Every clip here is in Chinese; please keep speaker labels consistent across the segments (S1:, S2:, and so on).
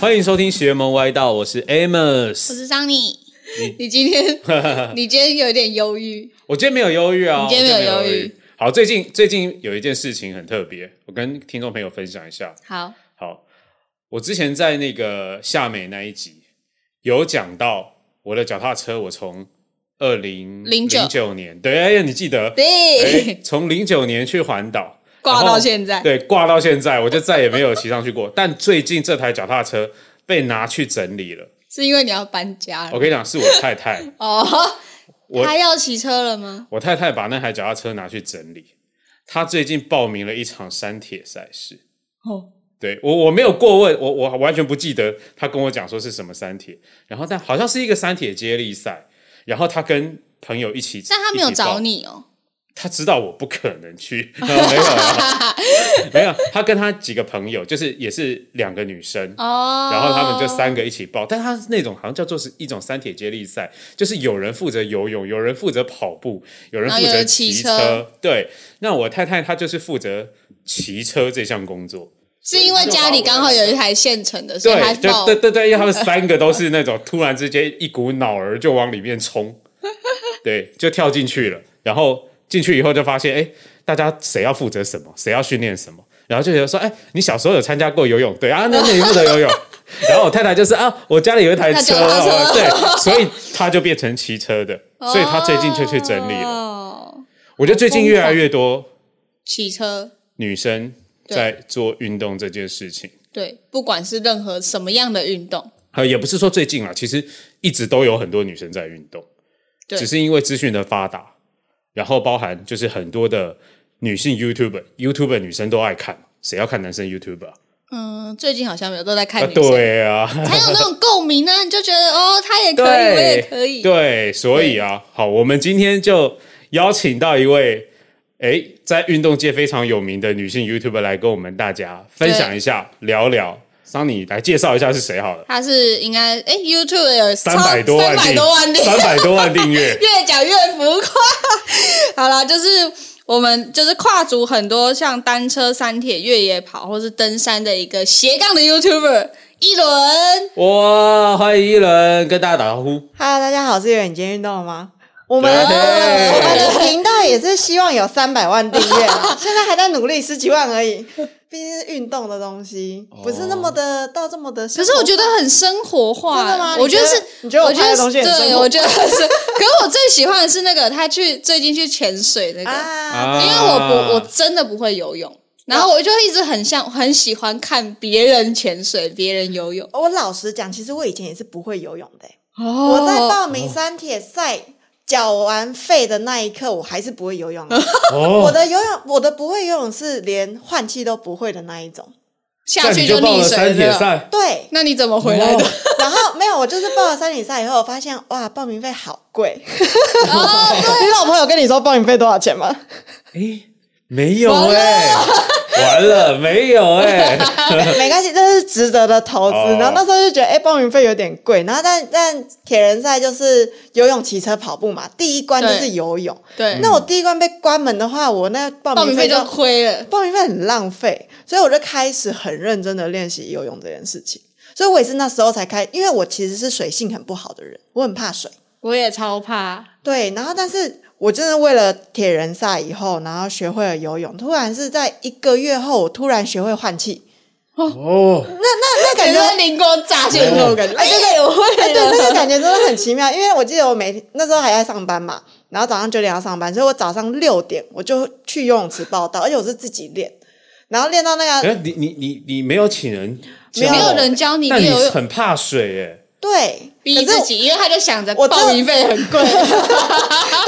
S1: 欢迎收听《邪门歪道》，我是 Amos。
S2: 我是张你。你今 天你今天有点忧郁，
S1: 我今天没有忧郁啊，
S2: 你今天
S1: 我
S2: 没有忧郁
S1: 好，最近最近有一件事情很特别，我跟听众朋友分享一下。
S2: 好，
S1: 好，我之前在那个夏美那一集有讲到我的脚踏车，我从二零九
S2: 09
S1: 年，对，哎呀，你记得？
S2: 对，
S1: 哎从零九年去环岛，
S2: 挂
S1: 然
S2: 到
S1: 后
S2: 现在，
S1: 对，挂到现在，我就再也没有骑上去过。但最近这台脚踏车被拿去整理了。
S2: 是因为你要搬家
S1: 我
S2: 了
S1: 跟你讲，是我太太，
S2: 哦。
S1: 我
S2: 他要骑车了吗？
S1: 我太太把那台脚踏车拿去整理。她最近报名了一场山铁赛事。
S2: 哦，
S1: 对我我没有过问，我我完全不记得他跟我讲说是什么三铁，然后但好像是一个三铁接力赛，然后他跟朋友一起，
S2: 但他没有
S1: 一起报
S2: 找，你哦。
S1: 他知道我不可能去， 没有啦没有，他跟他几个朋友就是也是两个女生。
S2: 哦，
S1: 然后他们就三个一起报，但他是那种好像叫做是一种三铁接力赛，就是有人负责游泳，有人负责跑步，有人
S2: 然
S1: 负
S2: 后有
S1: 责
S2: 人骑
S1: 骑
S2: 车
S1: 对，那我太太她就是负责骑车这项工作。
S2: 是因为家里刚好有一台现成的，所以他
S1: 对，就
S2: 报
S1: 对对对，因为他们三个都是那种突然之间一股脑儿就往里 面冲，对，就跳进去了。然后进去以后就发现，哎，大家谁要负责什么，谁要训练什么，然后就觉得说，哎，你小时候有参加过游泳队啊？那那你负责游 泳。然后我太太就是啊，我家里有一台
S2: 那
S1: 车，
S2: 脚踏车
S1: 哦对，所以她就变成骑车的，所以她最近就去整理了。
S2: 哦，
S1: 我觉得最近越来越多
S2: 骑车。
S1: 女生
S2: 对
S1: 在做运动这件事情。
S2: 对，不管是任何什么样的运动，
S1: 呃，也不是说最近啦，其实一直都有很多女生在运动，
S2: 对
S1: 只是因为资讯的发达，然后包含就是很多的女性 YouTuber、YouTuber 女生都爱看，谁要看男生 YouTuber 啊？
S2: 嗯，最近好像没有都在看
S1: 啊
S2: 女生，
S1: 对 啊，
S2: 才有那种共鸣呢、你就觉得哦，他也可
S1: 对，
S2: 以，我也可以，
S1: 对，所以啊，好，我们今天就邀请到一位。哎，在运动界非常有名的女性 YouTuber 来跟我们大家分享一下、聊聊。桑尼来介绍一下是谁好了，
S2: 他是应该哎，YouTube 有
S1: 三百多
S2: 三
S1: 万
S2: 百多万
S1: 订，
S2: 订，，
S1: 三百多万订阅
S2: 越讲越浮夸。好啦，就是我们就是跨足很多像单车、山铁、越野跑或是登山的一个斜杠的 YouTuber 一轮。
S1: 哇，欢迎一轮跟大家打招呼。
S3: Hello，大家好，我是远，你今天运动了吗？我们
S1: 对
S3: 我们的频道也是希望有三百万订阅 啊，现在还在努力，十几万而已。毕竟是运动的东西，不是那么的到这么的。
S2: 可是我觉得很生活化，
S3: 真的吗
S2: 我觉得是，
S3: 你觉得
S2: 我
S3: 你觉得我拍的
S2: 是
S3: 东西很生
S2: 对，
S3: 活
S2: 我觉得是。可是我最喜欢的是那个他去最近去潜水那个，
S3: 啊，
S2: 因为我不
S1: 啊
S2: 我真的不会游泳，然后我就一直很像很喜欢看别人潜水、别人游泳。
S3: 我老实讲，其实我以前也是不会游泳的欸、
S2: 哦
S3: 我在报名三铁赛。缴完费的那一刻，我还是不会游泳的。我
S1: 哦，
S3: 的游泳，我的不会游泳是连换气都不会的那一种。
S2: 下去
S1: 就报了
S2: 溺水
S1: 三铁
S2: 了。
S1: 赛，
S3: 对，
S2: 那你怎么回来的？
S3: 然后没有，我就是报了三体赛以后，我发现哇，报名费好贵。你老婆有跟你说报名费多少钱吗？
S1: 哎，没有哎，完了没有 哎，
S3: 没关系，这是值得的投资。
S1: 哦
S3: 然后那时候就觉得，哎、报名费有点贵。然后但但铁人赛就是游泳、骑车、跑步嘛，第一关就是
S2: 对
S3: 游泳。
S2: 对，
S3: 那我第一关被关门的话，我那报
S2: 报
S3: 名
S2: 名费
S3: 费就
S2: 就亏了。
S3: 报名费很浪费，所以我就开始很认真的练习游泳这件事情。所以我也是那时候才开，因为我其实是水性很不好的人，我很怕水。
S2: 我也超怕，
S3: 对，然后但是我真的为了铁人赛以后，然后学会了游泳，突然是在一个月后，我突然学会 换气，
S1: 哦，
S3: 那
S2: 感
S3: 感觉。
S2: 觉灵光乍现那种感觉。哎，对，我
S3: 哎
S2: 会
S3: 对，那个
S2: 了。
S3: 感觉真的很奇妙，因为我记得我每天那时候还在上班嘛，然后早上九点要上班，所以我早上六点我就去游泳池报道，而且我是自己练，然后练到那个
S1: 哎，你你你你没有请人，
S3: 没
S2: 没有人教你
S1: 那
S2: 练
S1: 你
S2: 游泳，
S1: 很怕水哎，
S3: 对，
S2: 逼
S3: 可是
S2: 自己，因为他就想着
S3: 我真的
S2: 报名费很贵。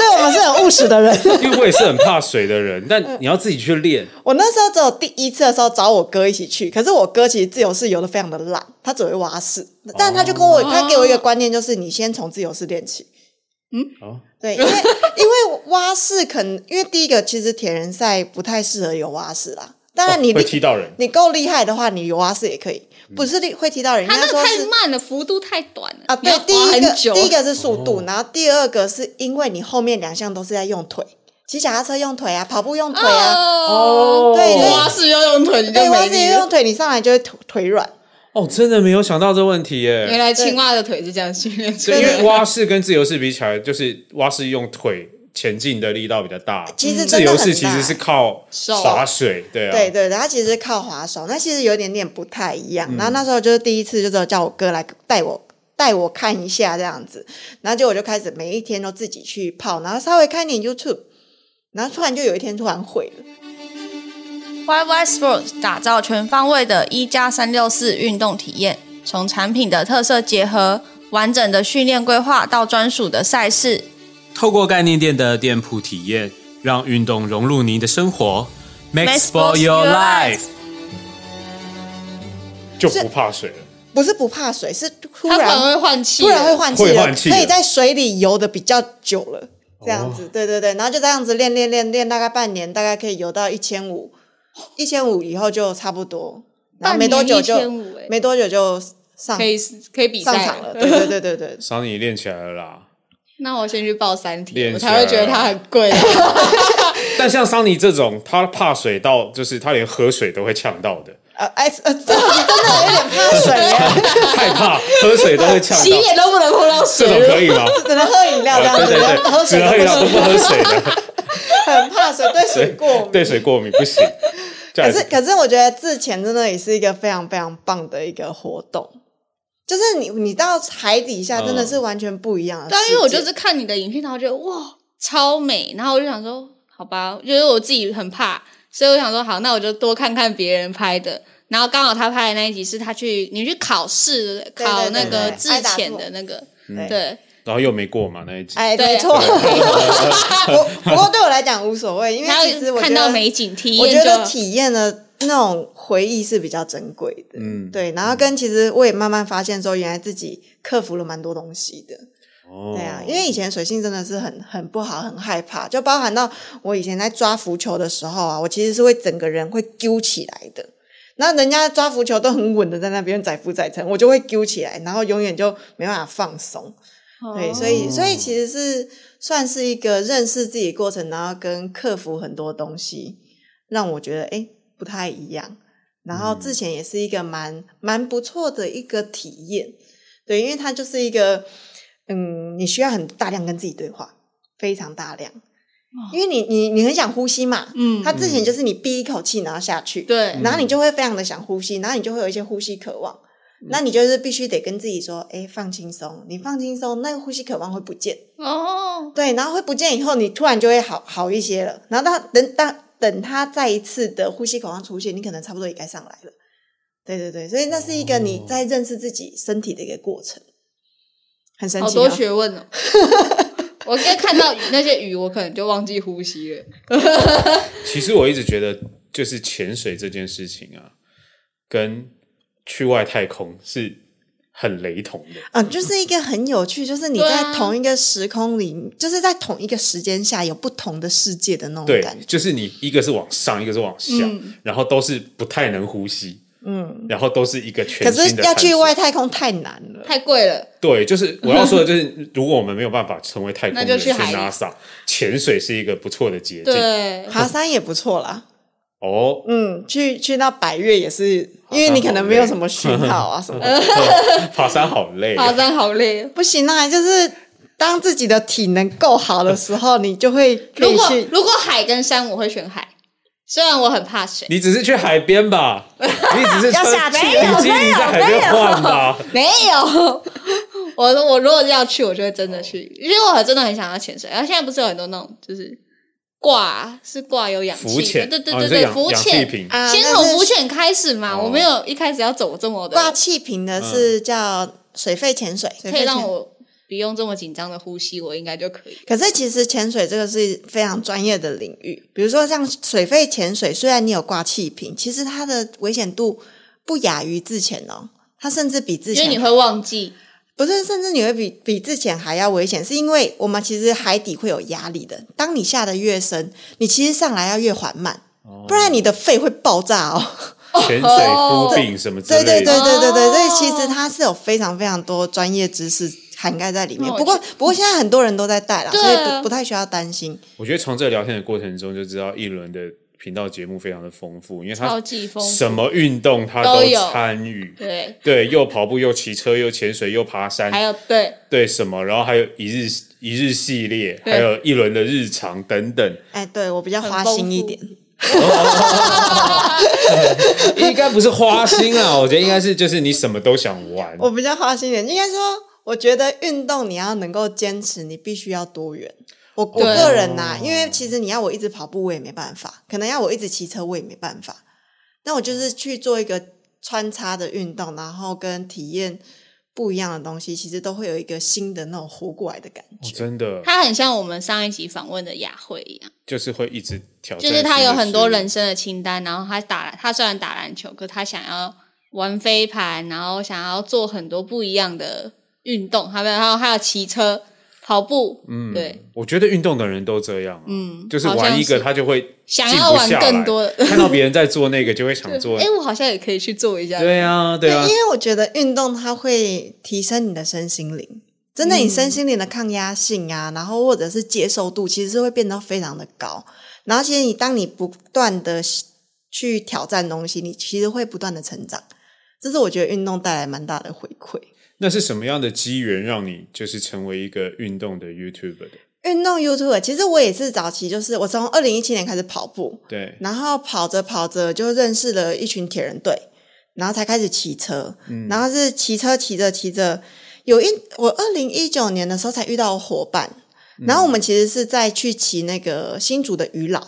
S3: 对我们是很务实的人，
S1: 因为我也是很怕水的人，但你要自己去练，
S3: 我那时候只有第一次的时候找我哥一起去，可是我哥其实自由式游的非常的烂，他只会蛙式，但他就跟我、
S2: 哦
S3: 他给我一个观念，就是你先从自由式练起。
S1: 哦
S3: 嗯，对，因为因为蛙式可能因为第一个其实铁人赛不太适合游蛙式啦，当然你
S1: 哦会
S3: 厉、
S1: 踢嗯到人。
S3: 你够厉害的话，你游蛙式也可以，不是厉会踢到人，应
S2: 他
S3: 该
S2: 那
S3: 说
S2: 个太
S3: 是。
S2: 慢了，幅度太短了
S3: 啊，对
S2: 要，
S3: 第
S2: 滑
S3: 一个
S2: 很久。啊
S3: 第一个是速度，
S1: 哦
S3: 然后第二个是因为你后面两项都是在用腿，骑脚踏车用腿啊，跑步用腿啊，
S2: 哦，
S3: 对所以
S2: 蛙式要用腿，你就
S3: 对，蛙
S2: 没
S3: 式也
S2: 力
S3: 用
S2: 了。
S3: 腿，你上来就会腿腿软。
S1: 哦，真的没有想到这问题
S2: 原
S1: 耶。
S2: 来青蛙的腿是这样训练出来
S1: 对，因
S2: 的。
S1: 为蛙式跟自由式比起来，就是蛙式用腿前进的力道比较大，
S2: 啊
S3: 其
S2: 嗯
S3: 实
S1: 自
S3: 真的
S1: 由
S3: 很
S1: 式其实
S3: 大
S1: 是靠
S2: 手
S1: 划水，对啊，
S3: 对对，然后其实是靠滑手，那其实有点点不太一
S1: 嗯
S3: 样。然后那时候就是第一次，就只有叫我哥来带我带我看一下这样子，然后结果我就开始每一天都自己去泡，然后稍微看点 YouTube，然后突然就有一天突然会了，
S2: YY Sports 打造全方位的一加三六四运动体验，从产品的特色结合、完整的训练规划到专属的赛事，
S4: 透过概念店的店铺体验，让运动融入您的生活。Make
S2: Make
S4: sport
S2: sport
S4: your
S2: your
S4: life
S2: life。
S1: 就不怕水了。
S3: 不是不怕水，是突
S2: 他可能
S3: 然
S2: 会换气，
S3: 突然会换气
S1: 会
S3: 了，
S1: 换气
S3: 可以
S1: 了哦
S3: 在水里游的比较久了，这样子，对对对，然后就这样子练练练练，大概半年，大概可以游到一千五，一千五以后就差不多，然后没多久就
S2: 半年1500欸
S3: 没多久就上
S2: 可以可以比
S3: 上
S2: 赛
S3: 场了，对对对对对，
S1: 桑尼练起来了啦，
S2: 那我先去报三体，
S1: 练
S2: 我
S1: 起来
S2: 才会觉得它很 贵。
S1: 但像桑尼这种，他怕水到就是他连喝水都会呛到 的，
S3: 呃，哎，呃，真的真的有点怕水
S2: 啊
S3: 耶，
S1: 害怕喝水都会呛
S2: 洗
S1: 到，
S2: 脸都不能碰到
S1: 这种
S2: 水，
S1: 可以吗？
S3: 只能喝饮料这样
S1: 对
S3: 子，
S1: 对
S3: 连喝
S1: 对，只
S3: 水
S1: 能喝饮料
S3: 都
S1: 都
S3: 不
S1: 不
S3: 行，
S1: 喝水的，
S3: 很怕水，对水过敏。
S1: 对水过敏不行。这
S3: 可
S1: 样
S3: 是可是，我觉得之前真的也是一个非常非常棒的一个活动。就是你，你到海底下
S1: 嗯
S3: 真的是完全不一样的世界。
S2: 对啊，因为我就是看你的影片，然后觉得哇超美，然后我就想说，好吧，就是我自己很怕，所以我想说，好，那我就多看看别人拍的。然后刚好他拍的那一集是他去你去考试
S3: 对
S2: 考
S3: 对
S2: 那
S3: 对
S2: 个
S3: 对
S2: 自
S3: 挨打
S2: 检
S3: 错
S2: 的那个，
S3: 对
S2: 对，
S1: 然后又没过嘛那一集，
S3: 哎，
S2: 对
S3: 没错。我 不过对我来讲无所谓，因为
S2: 然
S3: 其实
S2: 后
S3: 我觉
S2: 看到
S3: 得，
S2: 美景体
S3: 我
S2: 验
S3: 觉
S2: 就
S3: 得
S2: 好
S3: 体验的那种回忆是比较珍贵的。
S1: 嗯，
S3: 对，然后跟其实我也慢慢发现说，原来自己克服了蛮多东西的。
S1: 哦，
S3: 对啊，因为以前水性真的是很很不好，很害怕，就包含到我以前在抓浮球的时候啊，我其实是会整个人会揪起来的。那人家抓浮球都很稳的在那边载浮载沉，我就会揪起来，然后永远就没办法放松。
S2: 哦
S3: 对，所以所以其实是算是一个认识自己的过程，然后跟克服很多东西，让我觉得诶不太一样。然后之前也是一个蛮蛮不错的一个体验，对，因为它就是一个嗯，你需要很大量跟自己对话，非常大量，因为你你你很想呼吸嘛，
S2: 嗯
S3: 它之前就是你闭一口气然后下去，
S2: 对
S3: 然后你就会非常的想呼吸，然后你就会有一些呼吸渴望。那你就是必须得跟自己说，哎、放轻松，你放轻松，那个呼吸渴望会不见，
S2: 哦，
S3: 对，然后会不见以后，你突然就会好好一些了。然后到等到等它再一次的呼吸渴望出现，你可能差不多也该上来了。对对对，所以那是一个你在认识自己身体的一个过程，很神奇、哦。
S2: 好多学问 哦。我刚看到那些鱼，我可能就忘记呼吸了。
S1: 其实我一直觉得，就是潜水这件事情啊，跟去外太空是很雷同的。
S3: 啊，就是一个很有趣，就是你
S2: 对
S3: 在
S2: 啊
S3: 同一个时空里，就是在同一个时间下有不同的世界的那种
S1: 对
S3: 感觉，。嗯
S1: 就是你一个是往上，一个是往
S3: 啊
S1: 下，
S2: 嗯
S1: 然后都是不太能呼吸，嗯，然后都是一个全
S3: 可
S1: 新
S3: 是
S1: 的
S3: 要
S1: 探
S3: 去
S1: 索
S3: 外太空太难了。
S2: 太贵了，
S1: 对，就是我要说的，就是如果我们没有办法成为太空
S2: 那
S1: 人，
S2: 就去海里
S1: NASA，潜水是一个不错的捷径。
S2: 对，
S3: 爬山也不 错啦，
S1: 哦，
S3: 嗯，去去到百越也是，因为你可能没有什么讯 号啊什么的，
S1: 爬山好累啊，
S2: 爬山好累哦。
S3: 不行啊，就是当自己的体能够好的时候，你就会可
S2: 如
S3: 以
S2: 果
S3: 去。
S2: 如果海跟山，我会选海。虽然我很怕水，
S1: 你只是去海边吧？你只是
S3: 要下
S1: 穿
S3: 去没有
S1: 比基尼在海边晃吧？
S2: 没有。 我我如果要去，我就会真的去，因为我真的很想要潜水。然后现在不是有很多那种就是挂是挂有氧气的，
S1: 浮潜，
S2: 对对
S1: 哦
S2: 对
S1: 你说
S2: 对，
S1: 氧
S2: 浮
S1: 氧气
S2: 潜。
S1: 瓶
S3: 啊
S2: 先
S3: 那
S2: 从
S3: 是
S2: 浮潜开始嘛，
S1: 哦
S2: 我没有一开始要走这么的，
S3: 挂气瓶的是
S1: 嗯
S3: 叫水肺潜水，
S2: 可以让
S3: 水肺潜。
S2: 我不用这么紧张的呼吸，我应该就可以。
S3: 可是其实潜水这个是非常专业的领域，比如说像水肺潜水，虽然你有挂气瓶，其实它的危险度不亚于自潜哦，它甚至比自
S2: 因为你
S3: 潜
S2: 会忘记，
S3: 不是，甚至你会比比之前还要危险，是因为我们其实海底会有压力的。当你下的越深，你其实上来要越缓慢，
S2: 哦
S3: 不然你的肺会爆炸哦。
S1: 潜水夫病什么之
S3: 对
S1: 类的。
S3: 对对对对对，
S2: 哦
S3: 所以其实它是有非常非常多专业知识涵盖在里面
S2: 那。我
S3: 不过不过现在很多人都在带啦，
S2: 对
S3: 所以
S2: 啊
S3: 不不太需要担心。
S1: 我觉得从这个聊天的过程中就知道，一轮的频道节目非常的丰富，因为
S2: 超
S1: 他
S2: 级丰富，
S1: 啊什么运动他
S2: 都有
S1: 参与，
S2: 对，
S1: 对，又跑步又骑车又潜水又爬山，
S2: 还有对
S1: 对什么，然后还有一日一日系列，
S2: 对
S1: 还有一轮的日常 等等，
S3: 哎，对我比较花
S2: 很丰
S3: 心一
S2: 富
S3: 点，
S1: 应该不是花心啊，我觉得应该是就是你什么都想玩，哦
S3: 我比较花心一点，应该说，我觉得运动你要能够坚持，你必须要多元。我我
S2: 对
S3: 个人呐、因为其实你要我一直跑步，我也没办法；可能要我一直骑车，我也没办法。那我就是去做一个穿插的运动，然后跟体验不一样的东西，其实都会有一个新的那种活过来的感
S1: 哦
S3: 觉。
S1: 真的
S2: 他很像我们上一集访问的雅慧一样，
S1: 就是会一直挑战，
S2: 就是他有很多人，生的清单，然后他打他虽然打篮球，可他想要玩飞盘，然后想要做很多不一样的运动，还有还有还有骑车、跑步，嗯，对，
S1: 我觉得运动的人都这样、啊，
S2: 嗯
S1: 就是
S2: 好像
S1: 玩一个
S2: 是
S1: 他就会
S2: 想
S1: 静
S2: 要
S1: 不
S2: 玩
S1: 下
S2: 更
S1: 来
S2: 多的
S1: 看到别人在做那个就会想做
S2: 哎、，我好像也可以去做一下，
S1: 对啊，对啊
S3: 因，为我觉得运动它会提升你的身心灵，真的，你身
S1: 嗯
S3: 心灵的抗压性啊，然后或者是接受度，其实是会变得非常的高。然后，其实你当你不断的去挑战东西，你其实会不断的成长。这是我觉得运动带来蛮大的回馈。
S1: 那是什么样的机缘让你就是成为一个运动的 YouTuber 的？
S3: 运动 YouTube，其实我也是早期，就是我从二零一七年开始跑步，
S1: 对，
S3: 然后跑着跑着就认识了一群铁人队，然后才开始骑车，然后是骑车骑着骑着，有一我二零一九年的时候才遇到伙伴，然后我们其实是在去骑那个新竹的渔老，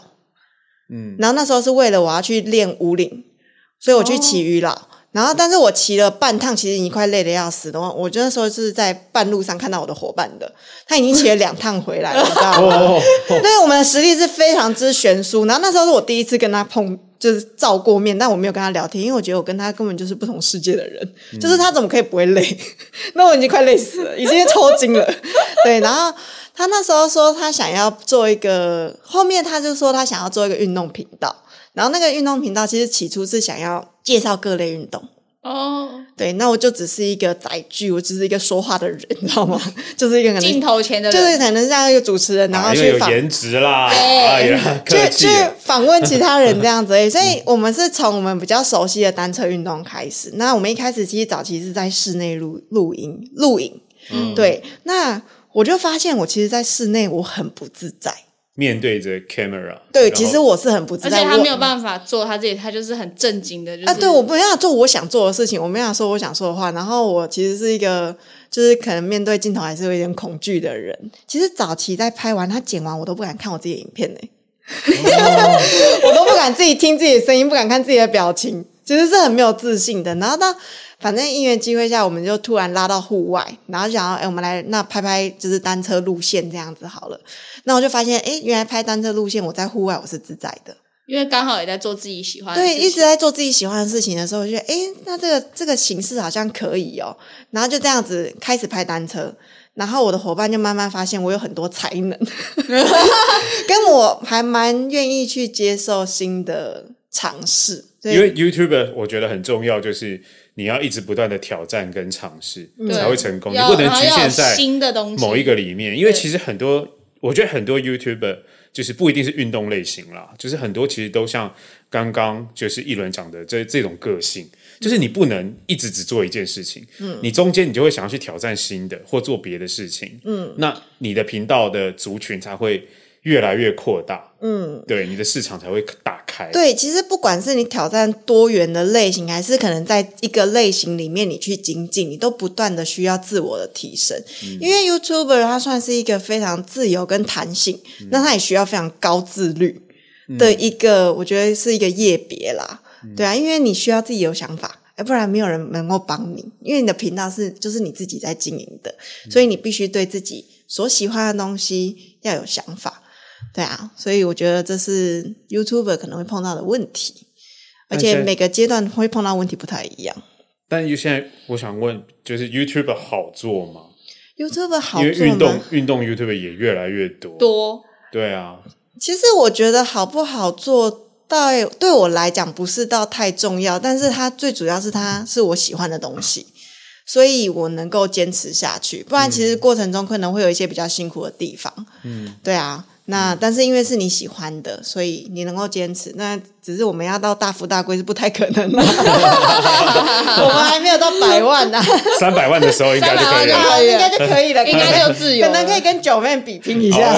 S1: 嗯，
S3: 然后那时候是为了我要去练五岭，所以我去骑渔老。然后，但是我骑了半趟，其实已经快累得要死的话，我就那时候是在半路上看到我的伙伴的，他已经骑了两趟回来了，你知道吗？
S1: 哦，
S3: 对，我们的实力是非常之悬殊。然后那时候是我第一次跟他碰，就是照过面，但我没有跟他聊天，因为我觉得我跟他根本就是不同世界的人。就是他怎么可以不会累？ 那我已经快累死了，已经抽筋了。 对，然后他那时候说他想要做一个，后面他就说他想要做一个运动频道。然后那个运动频道其实起初是想要介绍各类运动。
S2: 哦，
S3: 对，那我就只是一个载具，我只是一个说话的人，你知道吗？ 就是一个可
S2: 镜
S3: 能，
S2: 头前的
S3: 就
S2: 人
S3: 是可能像一个主持 人，然后
S1: 啊因为
S3: 去
S1: 有
S3: 访
S1: 颜值啦，
S2: 对
S1: 哎呀，
S3: 去
S1: 客气
S3: 去
S1: 了，
S3: 访问其他人这样子而已，所以我们是从我们比较熟悉的单车运动开始。那我们一开始其实早期是在室内录录音录影，
S2: 嗯
S3: 对。那我就发现我其实，在室内我很不自在。
S1: 面对着 camera，
S3: 对，
S1: 然后
S3: 其实我是很不自
S2: 而
S3: 在，
S2: 且他
S3: 我
S2: 没有办法做他自己，他就是很正经的，就是、
S3: 啊，对，我不想做我想做的事情，我没想说我想说的话，然后我其实是一个就是可能面对镜头还是有一点恐惧的人。其实早期在拍完他剪完，我都不敢看我自己的影片呢、
S2: 哦
S3: 我都不敢自己听自己的声音，不敢看自己的表情，其实是很没有自信的。然后到反正因缘机会下，我们就突然拉到户外，然后就想要哎、我们来那拍拍就是单车路线这样子好了。那我就发现哎、原来拍单车路线我在户外我是自在的。
S2: 因为刚好也在做自己喜欢的事
S3: 对，
S2: 情，
S3: 一直在做自己喜欢的事情的时候，我就觉得，诶，那这个这个形式好像可以哦。然后就这样子开始拍单车，然后我的伙伴就慢慢发现我有很多才 能， 跟我还蛮愿意去接受新的尝试。对
S1: 因为 YouTuber 我觉得很重要，就是你要一直不断的挑战跟尝试
S3: 嗯
S2: 对
S1: 才会成功，你
S2: 要
S1: 不能
S2: 然后
S1: 局
S2: 要有
S1: 限在
S2: 新的东西
S1: 某一个里面，因为
S2: 对
S1: 其实很多，我觉得很多 YouTuber 就是不一定是运动类型啦，就是很多其实都像刚刚就是一轮讲的这这种个性，就是你不能一直只做一件事情，嗯，你中间你就会想要去挑战新的或做别的事情，嗯，那你的频道的族群才会越来越扩大，嗯，对，你的市场才会打开，
S3: 对，其实不管是你挑战多元的类型，还是可能在一个类型里面你去精进，你都不断的需要自我的提升。因为 YouTuber 它算是一个非常自由跟弹性，那它也需要非常高自律的一个，我觉得是一个业别啦。
S1: 嗯
S3: 对啊，因为你需要自己有想法。哎，不然没有人能够帮你，因为你的频道是就是你自己在经营的，
S1: 嗯
S3: 所以你必须对自己所喜欢的东西要有想法。对啊，所以我觉得这是 YouTuber 可能会碰到的问题，而
S1: 但
S3: 且
S1: 是
S3: 每个阶段会碰到问题不太一样。
S1: 但现在我想问，就是 YouTuber 好做吗？
S3: YouTuber 好
S1: 嗯因为
S3: 做
S1: 运动
S3: 吗？
S1: 运动 YouTuber 也越来越多，
S2: 多
S1: 对啊，
S3: 其实我觉得好不好做，到对我来讲不是到太重要，但是它最主要是它是我喜欢的东西，所以我能够坚持下去。不然其实过程中可能会有一些比较辛苦的地方。嗯，对啊。那但是因为是你喜欢的，所以你能够坚持。那只是我们要到大富大贵是不太可能 的，我们还没有到百万呢、
S1: 三百万的时候应该就可以
S2: 300万
S1: 了。
S2: 可以
S3: 应该就可以了，
S2: 啊应该就自由
S3: 可
S2: 了，哦
S3: 能可以跟九妹比拼一下。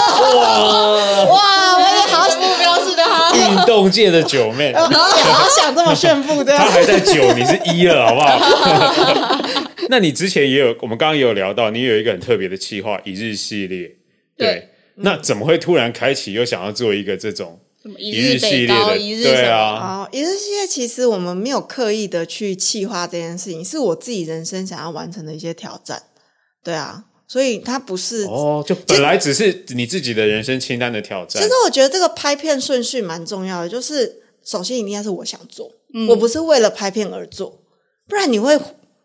S2: 哇，我也好目标是的哈。
S1: 运动界的九妹，
S3: 然后也好想这么炫富这样
S1: 他。还在九，你是一了，好不好？ 那你之前也有，我们刚刚也有聊到，你有一个很特别的企划——一日系列。对，
S2: 对
S1: 那怎么会突然开启，又想要做一个这种
S2: 什么
S1: 一
S2: 一日
S1: 系
S2: 北
S1: 列
S2: 高，
S1: 的？
S2: 一日
S1: 对
S2: 什么？
S1: 啊，
S3: 哦，一日系列其实我们没有刻意的去企划这件事情，是我自己人生想要完成的一些挑战。对啊，所以它不是。
S1: 哦，就本来只是你自己的人生清单的挑
S3: 其
S1: 战
S3: 实。我觉得这个拍片顺序蛮重要的，就是首先一定要是我想做，
S1: 嗯
S3: 我不是为了拍片而做，不然你会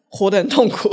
S3: 活得很 痛苦。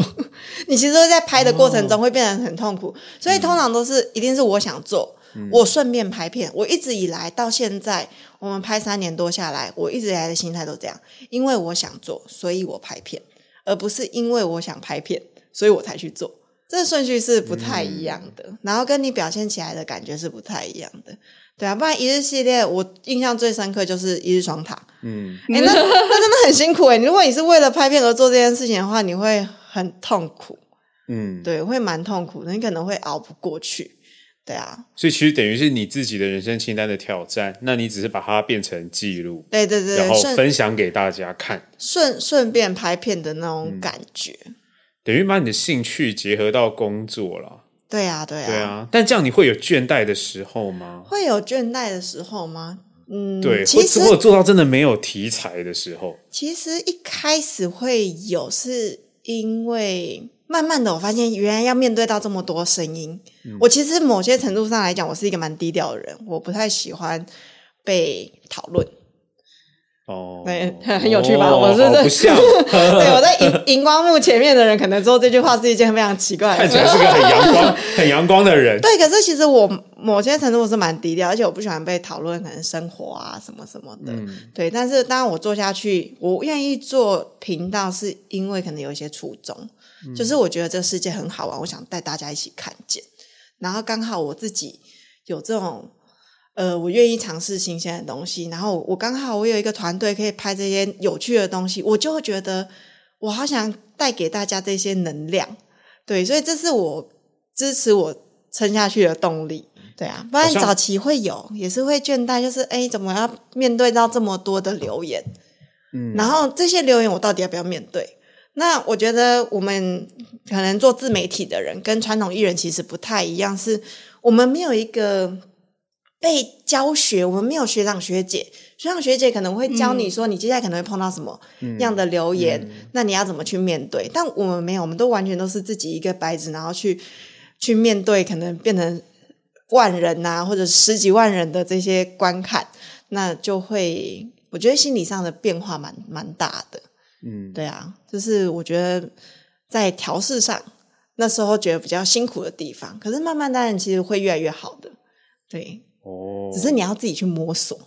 S3: 你其实会在拍的过程
S1: 哦
S3: 中会变得很痛苦，所以通常都是一定是我想做，
S1: 嗯
S3: 我顺便拍片。我一直以来到现在，我们拍三年多下来，我一直以来的心态都这样，因为我想做，所以我拍片，而不是因为我想拍片，所以我才去做。这顺序是不太一样的，
S1: 嗯
S3: 然后跟你表现起来的感觉是不太一样的，对啊，不然一日系列我印象最深刻就是一日双塔，
S1: 嗯，
S3: 哎、那那真的很辛苦哎、如果你是为了拍片而做这件事情的话，你会很痛苦，
S1: 嗯，
S3: 对，会蛮痛苦的，你可能会熬不过去。对啊，
S1: 所以其实等于是你自己的人生清单的挑战，那你只是把它变成记录，
S3: 对对对
S1: 然
S3: 对，
S1: 后
S3: 顺
S1: 分享给大家看，
S3: 顺顺便拍片的那
S1: 嗯
S3: 种感觉。
S1: 等于把你的兴趣结合到工作了。
S3: 对啊，对啊，
S1: 对啊，但这样你会有倦怠的时候吗？
S3: 会有倦怠的时候吗？嗯，
S1: 对，
S3: 其
S1: 或
S3: 实
S1: 者或者做到真的没有题材的时候，
S3: 其实一开始会有，是因为慢慢的我发现，原来要面对到这么多声音。我其实某些程度上来讲，我是一个蛮低调的人，我不太喜欢被讨论。
S1: 哦，
S3: 对很有趣吧
S1: 哦
S3: 我是
S1: 好
S3: 在
S1: 不像，
S3: 对，我在荧荧光幕前面的人，可能说这句话是一件非常奇怪的
S1: 看
S3: 事
S1: 起。来是个很阳 光、很阳光的人。
S3: 对，可是其实我某些程度我是蛮低调，而且我不喜欢被讨论可能生活啊什么什么的。
S1: 嗯
S3: 对，但是当然我做下去，我愿意做频道，是因为可能有一些初衷，就是我觉得这个世界很好玩，我想带大家一起看见。然后刚好我自己有这种，呃，我愿意尝试新鲜的东西，然后我刚好我有一个团队可以拍这些有趣的东西，我就会觉得我好想带给大家这些能量。对，所以这是我支持我撑下去的动力。对啊，不然
S1: 好像
S3: 早期会有，也是会倦怠，就是哎，怎么要面对到这么多的留言？
S1: 嗯
S3: 然后这些留言我到底要不要面对？那我觉得我们可能做自媒体的人跟传统艺人其实不太一样，是我们没有一个被教学，我们没有学长学姐，学长学姐可能会教你说你接下来可能会碰到什么样的留言，那你要怎么去面对？但我们没有，我们都完全都是自己一个白纸，然后去去面对可能变成万人呐、或者十几万人的这些观看，那就会我觉得心理上的变化蛮蛮大的。
S1: 嗯，
S3: 对啊，就是我觉得在调试上那时候觉得比较辛苦的地方，可是慢慢当然其实会越来越好的。对，
S1: 哦，
S3: 只是你要自己去摸索。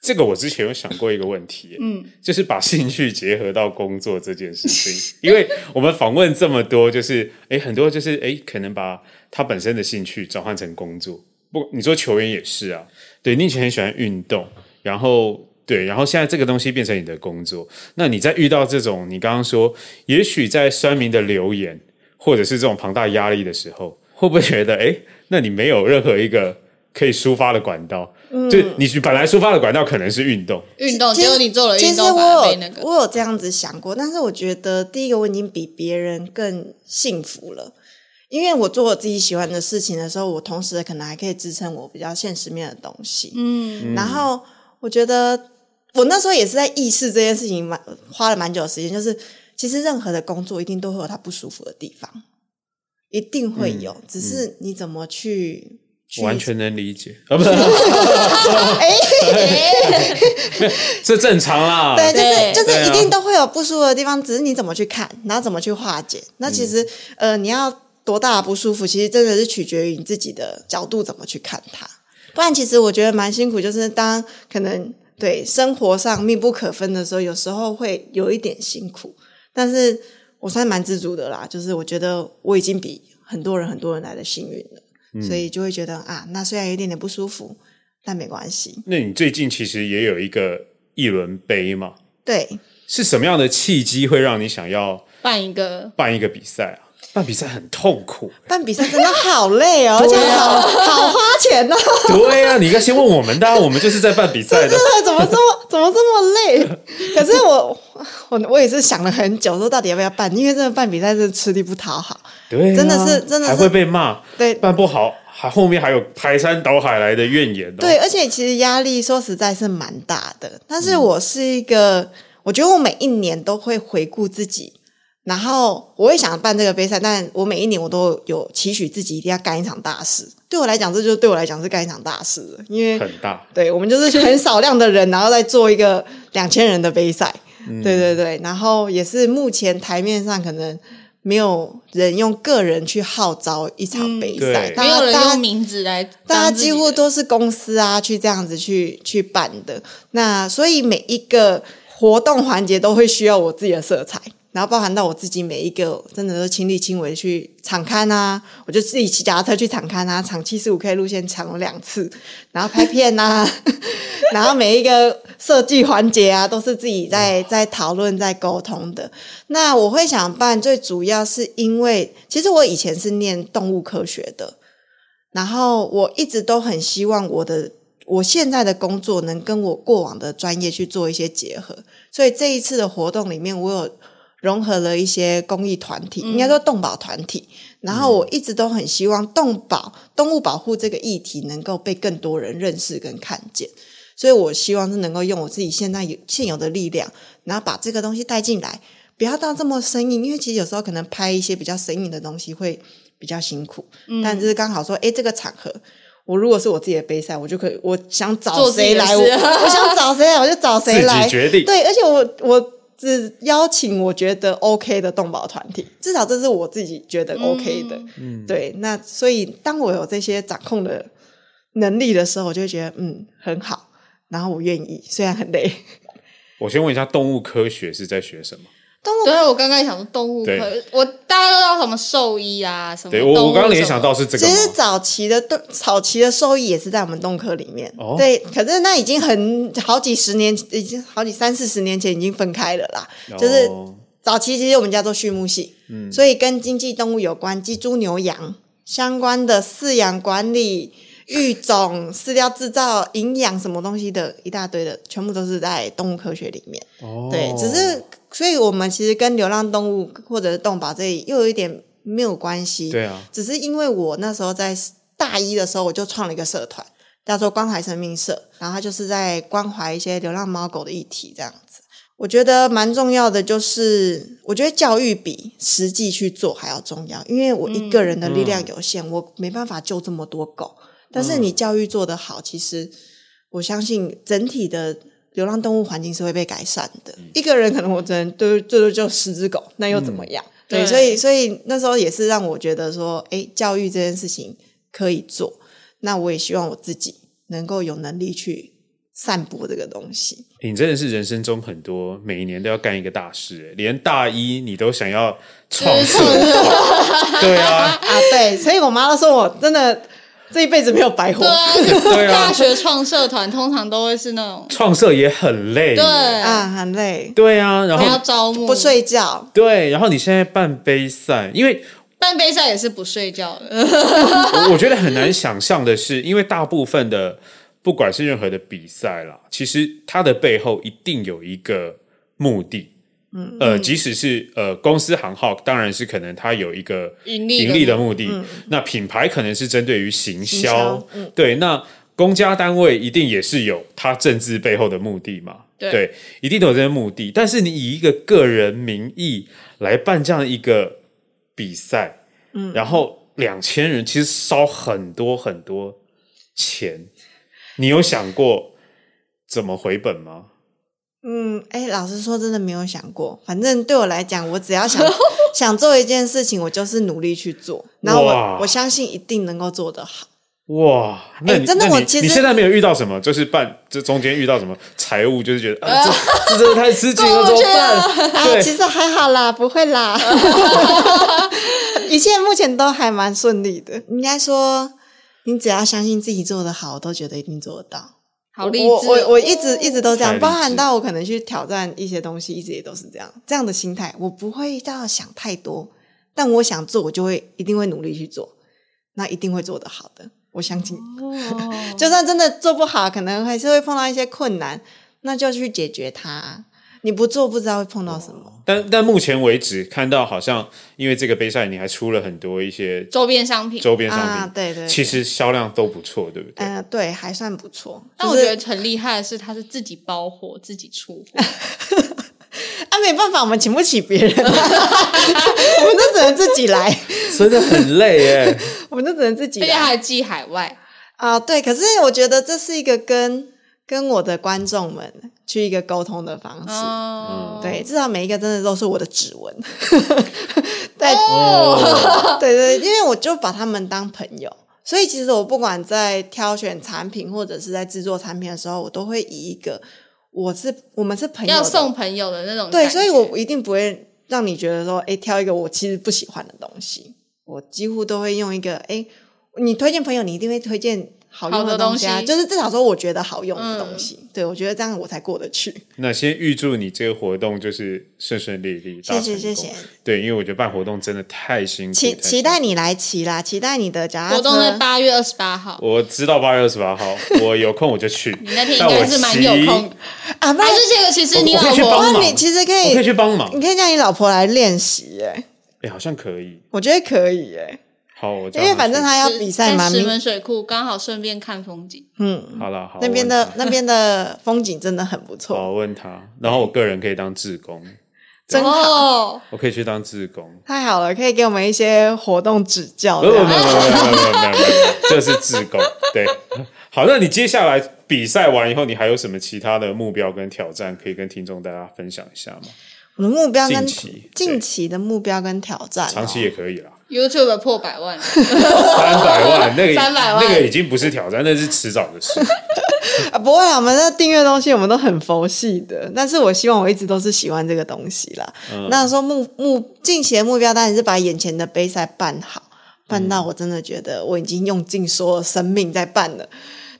S1: 这个我之前有想过一个问题，嗯，就是把兴趣结合到工作这件事情，因为我们访问这么多，就是诶很多就是诶可能把他本身的兴趣转换成工作。不，你说球员也是啊，对你以前很喜欢运动，然后对，然后现在这个东西变成你的工作，那你在遇到这种你刚刚说，也许在酸民的留言或者是这种庞大压力的时候，会不会觉得诶，那你没有任何一个可以抒发的管道？
S3: 嗯
S1: 就你本来抒发的管道可能是运动，
S2: 运动，哦结
S3: 其实
S2: 果你做了
S3: 其
S2: 运
S3: 实
S2: 动反而
S3: 我
S2: 被
S3: 有
S2: 那个，
S3: 我有这样子想过，但是我觉得第一个我已经比别人更幸福了，因为我做我自己喜欢的事情的时候，我同时可能还可以支撑我比较现实面的东西。
S2: 嗯，
S3: 然后我觉得我那时候也是在意识这件事情蛮花了蛮久的时间，就是其实任何的工作一定都会有它不舒服的地方，一定会有，只是你怎么去。
S1: 嗯
S3: 去
S1: 完全能理解啊，不 是，这正常啦。
S3: 对，
S2: 对
S3: 就是就是
S1: 对啊
S3: 一定都会有不舒服的地方，只是你怎么去看，然后怎么去化解。那其实、呃，你要多大的不舒服，其实真的是取决于你自己的角度怎么去看它。不然，其实我觉得蛮辛苦，就是当可能对生活上密不可分的时候，有时候会有一点辛苦。但是我算蛮知足的啦，就是我觉得我已经比很多人很多人来的幸运了。所以就会觉得啊，那虽然有一点点不舒服，但没关系。
S1: 那你最近其实也有一个一轮杯嘛？
S3: 对，
S1: 是什么样的契机会让你想要
S2: 办一个
S1: 办一个比赛啊？办比赛很痛苦，
S3: 办比赛真的好累哦，而且好好花钱哦，
S1: 对呀、啊，你应该先问我们的啊、我们就是在办比赛的
S3: 真。 的怎么这么怎么这么累？可是我我我也是想了很久，说到底要不要办，因为真的办比赛真的吃力不讨好。
S1: 对啊、
S3: 真的是真的是
S1: 还会被骂，
S3: 对
S1: 办不好，还后面还有排山倒海来的怨言、哦。
S3: 对，，而且其实压力说实在是蛮大的。但是我是一个，我觉得我每一年都会回顾自己，然后我会想办这个杯赛，但我每一年我都有期许自己一定要干一场大事。对我来讲，这就对我来讲是干一场大事了，因为
S1: 很大。
S3: 对我们就是很少量的人，然后再做一个两千人的杯赛。对对对，然后也是目前台面上可能没有人用个人去号召一场杯赛，
S1: 对
S3: 大
S2: 嗯没
S3: 家
S2: 有人
S3: 大家
S2: 用名字来
S3: 大家
S2: 当自己
S3: 几
S2: 的，
S3: 乎都是公司啊去这样子去去办的。那所以每一个活动环节都会需要我自己的色彩，然后包含到我自己每一个真的都亲力亲为去场刊啊，我就自己骑脚踏车去场刊啊，场七十五 K 路线场了两次，然后拍片啊， 然后每一个设计环节啊都是自己
S2: 嗯
S3: 在在讨论在沟通的。那我会想办，最主要是因为其实我以前是念动物科学的。然后我一直都很希望我的我现在的工作能跟我过往的专业去做一些结合，所以这一次的活动里面，我有融合了一些公益团体，应
S2: 嗯
S3: 该说动保团体。然后我一直都很希望动保、动物保护这个议题能够被更多人认识跟看见，所以我希望是能够用我自己现在有现有的力量，然后把这个东西带进来，不要到这么生硬，因为其实有时候可能拍一些比较生硬的东西会比较辛苦，
S2: 嗯
S3: 但就是刚好说，哎，这个场合。我如果是我自己的杯赛，我就可以，我想找
S2: 做自己
S3: 谁
S2: 的
S3: 来，我
S2: 事
S3: 我想找谁来，我就找谁
S1: 自己
S3: 来，
S1: 决定
S3: 对，而且我我只邀请我觉得 OK 的动保团体，至少这是我自己觉得 OK 的。嗯，对。那所以当我有这些掌控的能力的时候，我就会觉得嗯很好，然后我愿意，虽然很累。
S1: 我先问一下，动物科学是在学什么？
S2: 对，啊我刚刚也想说动物
S1: 对
S2: 科，我大家都知道什么兽医啊，什么
S1: 对我，
S2: 动物
S1: 我刚刚联
S2: 什么
S1: 想到是这个
S3: 其
S1: 吗。
S3: 实早期的动早期的收益也是在我们动科里面，
S1: 哦
S3: 对，可是那已经很好几十年，已经好几三四十年前已经分开了啦。就是
S1: 哦
S3: 早期其实我们叫做畜牧系，
S1: 嗯
S3: 所以跟经济动物有关，鸡、猪、牛、羊相关的饲养管理、育种、饲料制造、营养什么东西的一大堆的，全部都是在动物科学里面。
S1: 哦
S3: 对，只是所以我们其实跟流浪动物或者是动保这里又有一点没有关系。
S1: 对啊，
S3: 只是因为我那时候在大一的时候，我就创了一个社团，叫做关怀生命社，然后它就是在关怀一些流浪猫狗的议题这样子。我觉得蛮重要的，就是我觉得教育比实际去做还要重要，因为我一个人的力量有限，我没办法救这么多狗。但是你教育做得好，其实我相信整体的流浪动物环境是会被改善的。一个人可能我只能对最多就十只狗，那又怎么样？对，
S2: 对
S3: 所以所以那时候也是让我觉得说，诶，教育这件事情可以做，那我也希望我自己能够有能力去散播这个东西。
S1: 你真的是人生中很多每一年都要干一个大事，欸连大一你都想要创
S2: 就是
S1: 社 团，对啊，
S3: 啊，对，所以我妈都说我真的这一辈子没有白活。
S1: 对
S2: 对啊，
S1: 啊
S2: 大学创社团通常都会是那种
S1: 创社也很累，
S2: 对，
S3: 啊，很累，
S1: 对啊，然
S2: 还要
S1: 后
S2: 招募
S3: 不睡觉，
S1: 对，然后你现在办杯赛，因为
S2: 办杯赛也是不睡觉的，
S1: 我我觉得很难想象的是，因为大部分的不管是任何的比赛啦，其实它的背后一定有一个目的。嗯，呃，即使是呃公司行号，当然是可能它有一个
S2: 盈利的
S1: 盈利的目的。那品牌可能是针对于行销，
S3: 行销
S1: 对。那公家单位一定也是有它政治背后的目的嘛，
S2: 对
S1: 一定都有这些目的。但是你以一个个人名义来办这样一个比赛，嗯，然后两千人其实烧很多很多钱，你有想过怎么回本吗？
S3: 嗯，哎、老实说，真的没有想过。反正对我来讲，我只要想想做一件事情，我就是努力去做，然后我
S1: 哇
S3: 我相信一定能够做得好。
S1: 哇，那
S3: 哎
S1: 你、
S3: 真的
S1: 那
S3: 我
S1: 你
S3: 其
S1: 你
S3: 实
S1: 现在没有遇到什么，就是办这中间遇到什么财务，就是觉得 啊，这这真的太吃紧了，怎么办？
S3: 啊，其
S1: 对，
S3: 实还好啦，不会啦，一切目前都还蛮顺利的。应该说，你只要相信自己做得好，我都觉得一定做得到。
S2: 好励志
S3: 我
S2: 哦。
S3: 我我一直一直都这
S4: 太
S3: 样，
S4: 励志
S3: 包含到我可能去挑战一些东西，一直也都是这样这样的心态。我不会到想太多，但我想做，我就会一定会努力去做，那一定会做得好的。我相信，
S2: 哦
S3: 就算真的做不好，可能还是会碰到一些困难，那就去解决它。你不做，不知道会碰到什
S2: 哦
S3: 么。
S1: 但但目前为止，看到好像因为这个杯赛，你还出了很多一些
S2: 周边商品，
S1: 周边商品，
S3: 啊对对对
S1: 其实销量都不错，对不对？
S3: 嗯、对，还算不错。
S2: 但我
S3: 就
S2: 觉
S3: 是
S2: 得很厉害的是，他是自己包货、自己出货，
S3: 啊，没办法，我们请不起 别人，我们都只能自己来，
S1: 真的很累耶。
S3: 我们都只能自己
S2: 而且
S3: 来。
S2: 还寄海外。
S3: 啊，对，可是我觉得这是一个跟跟我的观众们去一个沟通的方式。
S1: 嗯
S2: 哦，
S3: 对，至少每一个真的都是我的指 纹。对、
S2: 哦
S3: 对对，因为我就把他们当朋友，所以其实我不管在挑选产品或者是在制作产品的时候，我都会以一个我是我们是朋友
S2: 要
S3: 的
S2: 送朋友的那种感
S3: 对，
S2: 觉。
S3: 所以我一定不会让你觉得说，哎，挑一个我其实不喜欢的东西。我几乎都会用一个，哎，你推荐朋友，你一定会推荐好用
S2: 好的
S3: 东西啊，
S2: 东西
S3: 就是至少说我觉得好用的东西。对，我觉得这样我才过得去。
S1: 那先预祝你这个活动就是顺顺利利，大
S3: 谢
S1: 成
S3: 谢
S1: 功。
S3: 谢谢，
S1: 对，因为我觉得办活动真的太辛苦，
S3: 期
S1: 太辛苦
S3: 期待你来骑啦，期待你的脚踏车。
S2: 活动在八月二十八号，
S1: 我知道八月二十 八号，我有空我就去。
S2: 你那天应
S1: 但我
S2: 该是蛮有
S1: 骑
S2: 空的。
S3: 啊，不
S2: 还
S3: 然
S2: 是这个，其实你
S1: 我
S2: 老
S1: 可以去
S2: 婆
S1: 帮
S3: 那
S1: 忙
S3: 你其实可
S1: 我可以
S3: 以，
S1: 去帮忙。
S3: 你可以叫你老婆来练习，哎，
S1: 哎、好像可以。
S3: 我觉得可以，哎，
S1: 好，我叫
S3: 因为
S1: 他
S3: 反正
S1: 去
S3: 她要比赛嘛
S2: 在，石门水库刚好顺便看风景。
S3: 嗯，
S1: 好了，好
S3: 那边
S1: 我问
S3: 的
S1: 他
S3: 那边的风景真的很不
S1: 好
S3: 错，
S1: 我问他，然后我个人可以当志工，
S3: 真好。
S2: 哦，
S1: 我可以去当志工。
S3: 太好了，可以给我们一些活动指教
S1: 没有没有没
S3: 的。
S1: 有没有没有没有没有没有，这是志工。对，好，那你接下来比赛完以后，你还有什么其他的目标跟挑战可以跟听众大家分享一下吗？
S3: 我的目标跟
S1: 近期
S3: 近期的目标跟挑战哦，
S1: 长期也可以啦，
S2: YouTube 破百万，
S1: 三百万那个
S2: 300万
S1: 那个已经不是挑战，那是迟早的事。
S3: 啊，不会啦，我们的订阅东西我们都很佛系的，但是我希望我一直都是喜欢这个东西啦。那说目目近期的目标当然是把眼前的杯赛办好，办到我真的觉得我已经用尽所有生命在办了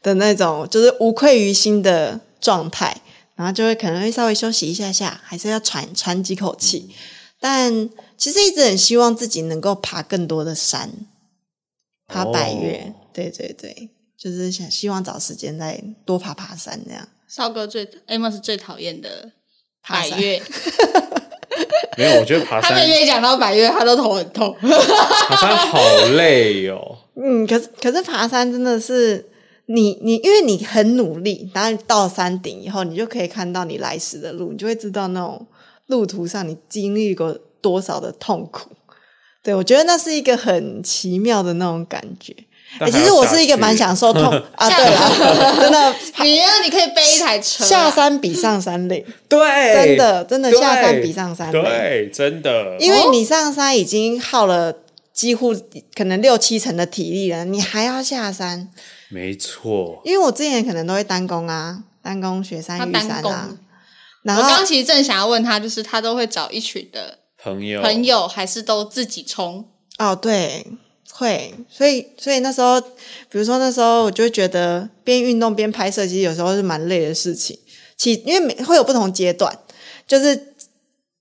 S3: 的那种，就是无愧于心的状态，然后就会可能会稍微休息一下下，还是要喘喘几口气。但其实一直很希望自己能够爬更多的山，爬百岳，
S1: 哦
S3: 对对对，就是想希望找时间再多爬爬山这样。
S2: 少哥最 Amos 最讨厌的
S3: 爬
S2: 百
S3: 山
S2: 越，
S1: 没有，我觉得爬
S2: 他
S1: 山
S2: 每天讲到百越，他都头很 痛。
S1: 爬山好累哦。
S3: 嗯，可是可是爬山真的是你你，因为你很努力，然后到山顶以后，你就可以看到你来时的路，你就会知道那种路途上你经历过多少的痛苦。对，我觉得那是一个很奇妙的那种感觉。
S1: 但
S3: 欸、
S1: 还要
S3: 其实我
S1: 下
S3: 是一个
S1: 去
S3: 蛮享 受痛啊，对啦，真的
S2: 你要你可以背一台车啊，
S3: 下山比上山累，
S1: 对，
S3: 真的真的
S1: 对
S3: 下山比上山累
S1: 对，真的，
S3: 因为你上山已经耗了几乎可能六七成的体力了，你还要下山。
S1: 没错，
S3: 因为我之前可能都会单攻啊，单攻雪山
S2: 他
S3: 玉
S2: 单
S3: 山
S2: 攻
S3: 啊，然
S2: 我
S3: 后
S2: 刚其实正想要问他，就是他都会找一群的
S1: 朋友，
S2: 朋友，还是都自己冲？
S3: 哦对。会，所以所以那时候，比如说那时候我就会觉得边运动边拍摄，其实有时候是蛮累的事情。其因为每会有不同阶段，就是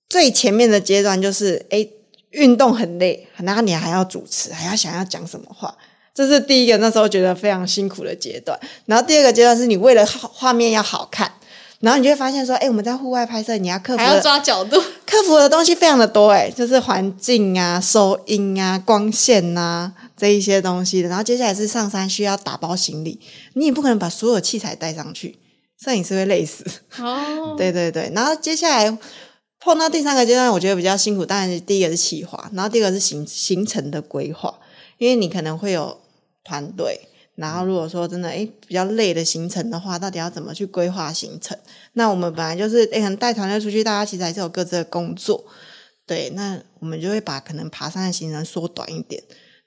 S3: 最前面的阶段就是诶运动很累，然后你还要主持，还要想要讲什么话，这是第一个那时候觉得非常辛苦的阶段。然后第二个阶段是你为了好画面要好看，然后你就会发现说，诶我们在户外拍摄，你要克服
S2: 还要
S3: 的
S2: 抓角度，
S3: 克服的东西非常的多诶，就是环境啊、收音啊、光线呐、这一些东西的。然后接下来是上山需要打包行李，你也不可能把所有器材带上去，摄影师会累死。
S2: 哦，
S3: 对对对，然后接下来碰到第三个阶段，我觉得比较辛苦。当然，第一个是企划，然后第二个是行行程的规划，因为你可能会有团队。然后，如果说真的诶比较累的行程的话，到底要怎么去规划行程？那我们本来就是诶，可能带团队出去，大家其实还是有各自的工作，对。那我们就会把可能爬山的行程缩短一点。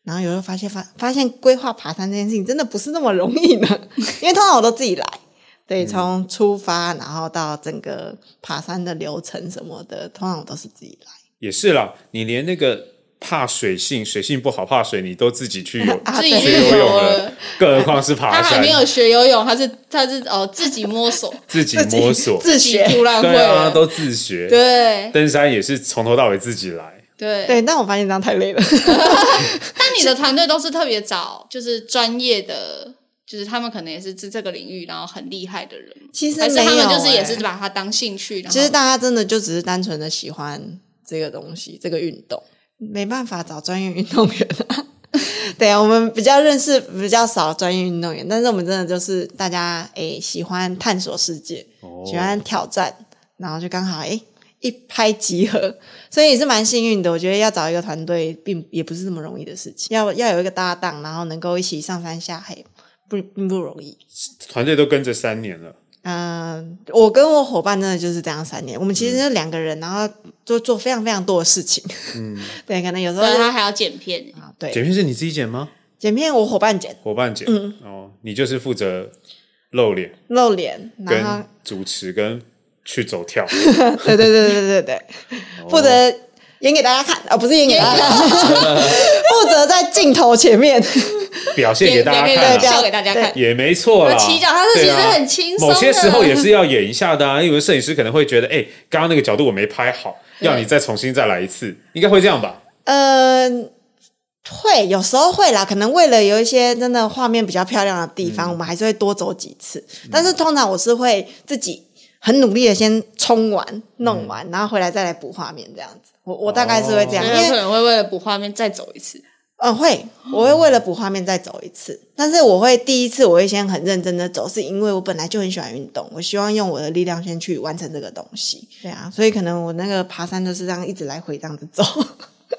S3: 然后有时候发现发发现规划爬山这件事情真的不是那么容易呢， 因为通常我都自己来，对，从出发然后到整个爬山的流程什么的，通常我都是自己来。
S1: 也是啦。你连那个怕水性，水性不好怕水，你都自己去游
S3: 啊
S2: 自己
S3: 对
S2: 去
S1: 学游
S2: 游
S1: 泳
S2: 了
S1: 了，更何况是爬
S2: 他还
S1: 山
S2: 没，有学游泳，他是他是哦自己摸索，
S1: 自己
S3: 自己
S1: 摸索，
S3: 自
S2: 自己
S3: 学。
S2: 突然会
S1: 对啊，
S2: 了，
S1: 都自学。
S2: 对
S1: 登山也是从头到尾自己来，
S2: 对
S3: 对，但我发现这样太 累了。
S2: 但你的团队都是特别找，就是专业的，就是他们可能也是这这个领域，然后很厉害的人。
S3: 其实
S2: 还是
S3: 没有、
S2: 他们就是
S3: 欸
S2: 也是把它当兴趣，然
S3: 其实
S2: 后
S3: 大家真的就只是单纯的喜欢这个东西，这个运动，没办法找专业运动员、啊。 对啊，我们比较认识比较少专业运动员，但是我们真的就是大家诶、喜欢探索世界，
S1: 哦
S3: 喜欢挑战，然后就刚好诶、一拍即合， 所以也是蛮幸运的。我觉得要找一个团队，并也不是那么容易的事情，要要有一个搭档，然后能够一起上山下海，不并不容易。
S1: 团队都跟着三年了，
S3: 嗯，我跟我伙伴真的就是这样三年，我们其实是两个人，然后做做非常非常多的事情。嗯， 对，可能有时候
S2: 对
S3: 就
S2: 他还要剪片，
S3: 啊，对，
S1: 剪片是你自己剪吗？
S3: 剪片我伙伴剪
S1: 伙伴剪，
S2: 嗯
S1: 哦，你就是负责露脸、
S3: 露脸，然后
S1: 跟主持、跟去走 跳，
S3: 对对对对对对，负责演给大家看，啊，不是演给大家看， 负责在镜头前面。
S1: 表现给大家看、
S3: 对
S1: 啊，
S2: 笑给大家看。
S1: 也没错啦。
S2: 我骑脚踏车其实很轻松的
S1: 对啊某些时候也是要演一下的、啊，因为摄影师可能会觉得，哎、刚刚那个角度我没拍好，要你再重新再来一次，应该会这样吧？
S3: 嗯，会有时候会啦，可能为了有一些真的画面比较漂亮的地方，我们还是会多走几次。但是通常我是会自己很努力的先冲完、弄完，然后回来再来补画面这样子。我我大概是会这样，
S2: 因
S3: 因
S2: 为
S3: 为
S2: 可能会为了补画面再走一次，
S3: 嗯，会，我会为了补画面再走一次，但是我会第一次我会先很认真的走，是因为我本来就很喜欢运动，我希望用我的力量先去完成这个东西。对啊，所以可能我那个爬山就是这样一直来回这样子走，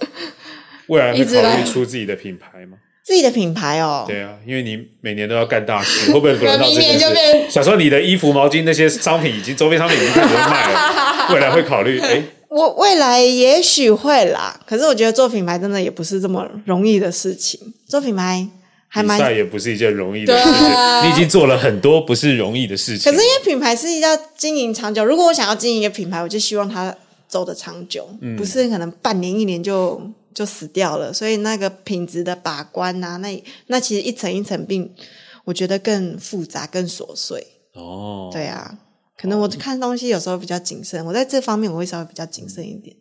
S1: 未来会
S2: 一直来
S1: 考虑出自己的品牌吗？
S3: 自己的品牌哦。
S1: 对啊，因为你每年都要干大事，会 不会轮到这
S2: 明年
S1: 件
S2: 就变
S1: 事？想说你的衣服、毛巾那些商品已经周边商品已经开始卖了，未来会考虑，哎、
S3: 我未来也许会啦，可是我觉得做品牌真的也不是这么容易的事情，做品牌还
S1: 比
S3: 蛮……
S1: 赛
S3: 可
S1: 也不是一件容易的事
S2: 对
S1: 情，
S2: 啊
S1: 你已经做了很多不是容易的事情。
S3: 是因为品牌是要经营长久，如果我想要经营一个品牌，我就希望它走得长久，
S1: 嗯
S3: 不是可能半年一年就就死掉了。所以那个品质的把关啊，那那其实一层一层并，我觉得更复杂、更琐碎。
S4: 哦，
S3: 对啊，可能我
S2: 嗯
S3: 看东西有时候比较谨慎，我在这方面我会稍微比较谨慎一点，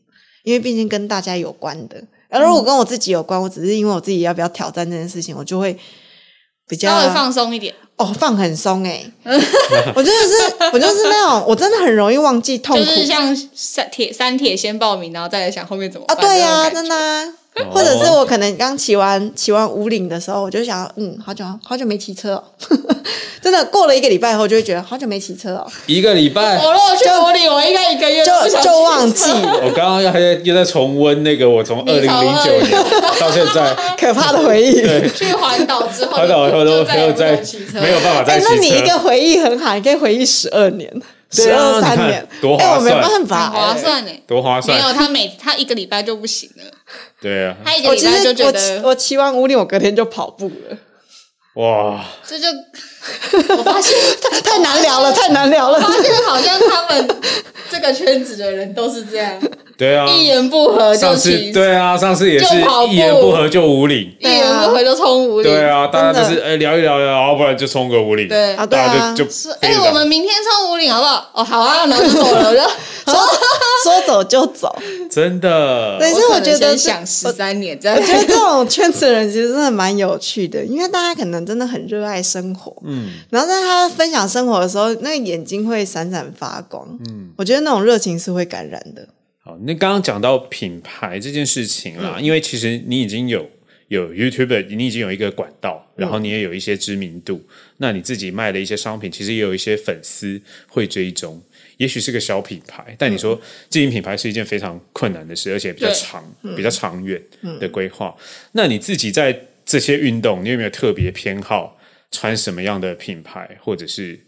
S3: 因为毕竟跟大家有关的。而
S2: 嗯
S3: 如果跟我自己有关，我只是因为我自己要不要挑战这件事情，我就会比较
S2: 稍微放松一点。
S3: 哦放很松 哎、我就是我就是那种我真的很容易忘记痛苦
S2: 就是像三铁三铁先报名，然后再来想后面怎么
S3: 啊，
S2: 办
S3: 对呀、
S2: 那种感觉哦
S3: 真的啊、或者是我可能刚骑完骑完五岭的时候，我就想，嗯，好久好久没骑车哦， 真的过了一个礼拜后，就会觉得好久没骑车 哦，
S4: 一个礼拜，
S2: 我如果去国里，我应该一个月都不
S3: 就
S2: 想
S3: 就
S2: 去
S3: 忘记，
S1: 我刚刚又还在又在重温那个我从二零
S2: 你从
S1: 零九年到现在，
S3: 可怕的回忆。
S2: 去环岛之后，
S1: 环岛以后都
S2: 就再也不
S1: 没有再
S2: 敢骑车，
S1: 没有办法
S3: 哎、
S1: 再骑
S3: 那你一个
S1: 车。
S3: 回忆很好，你可以回忆十二年、
S4: 对
S3: 十
S4: 啊
S3: 二三
S1: 你看
S3: 年，
S1: 多
S3: 哎、
S1: 划
S3: 我没
S1: 算
S3: 办法、
S2: 很划
S3: 哎
S2: 算呢。
S1: 多划
S2: 没有
S1: 算，
S2: 他每他一个礼拜就不行了，
S1: 对啊，
S2: 他一个
S3: 我
S2: 礼
S3: 其
S2: 拜
S3: 实
S2: 就觉
S3: 我
S2: 得
S3: 骑我骑完五岭，我隔天就跑步了，
S1: 哇，
S2: 这就 我发现，
S3: 太太难聊了，太难 聊了。
S2: 发现好像他们这个圈子的人都是这样，
S1: 对啊，
S2: 一言不合就
S1: 上次
S2: 起，
S1: 对啊，上次也是
S2: 就跑步
S1: 一言不合就五岭，
S2: 一言不合就冲无理。
S1: 对啊，大家
S3: 真的
S1: 就是哎聊一聊聊，然后不然就冲个五岭，
S2: 对
S3: 啊，对
S1: 大
S3: 啊
S1: 家，就就
S2: 说哎、我们明天冲五岭好不好？哦，好啊，然后就走了。我 就
S3: 说说走就走。
S1: 真的
S3: 对，所以
S2: 我
S3: 我觉
S2: 可能
S3: 得
S2: 先想
S3: 这
S2: 十三年这样
S3: 我。觉得这种圈子的人其实真的蛮有趣的，因为大家可能真的很热爱生活，嗯，然后在他分享生活的时候，那个眼睛会闪闪发光，嗯，我觉得那种热情是会感染的，
S1: 好，那刚刚讲到品牌这件事情啦，因为其实你已经有有 YouTube，你已经有一个管道，然后你也有一些知名度，那你自己卖的一些商品，其实也有一些粉丝会追踪，也许是个小品牌，但你说经营品牌是一件非常困难的事，而且比较
S2: 对
S1: 长、比较长远的规划。那你自己在这些运动，你有没有特别偏好穿什么样的品牌，或者是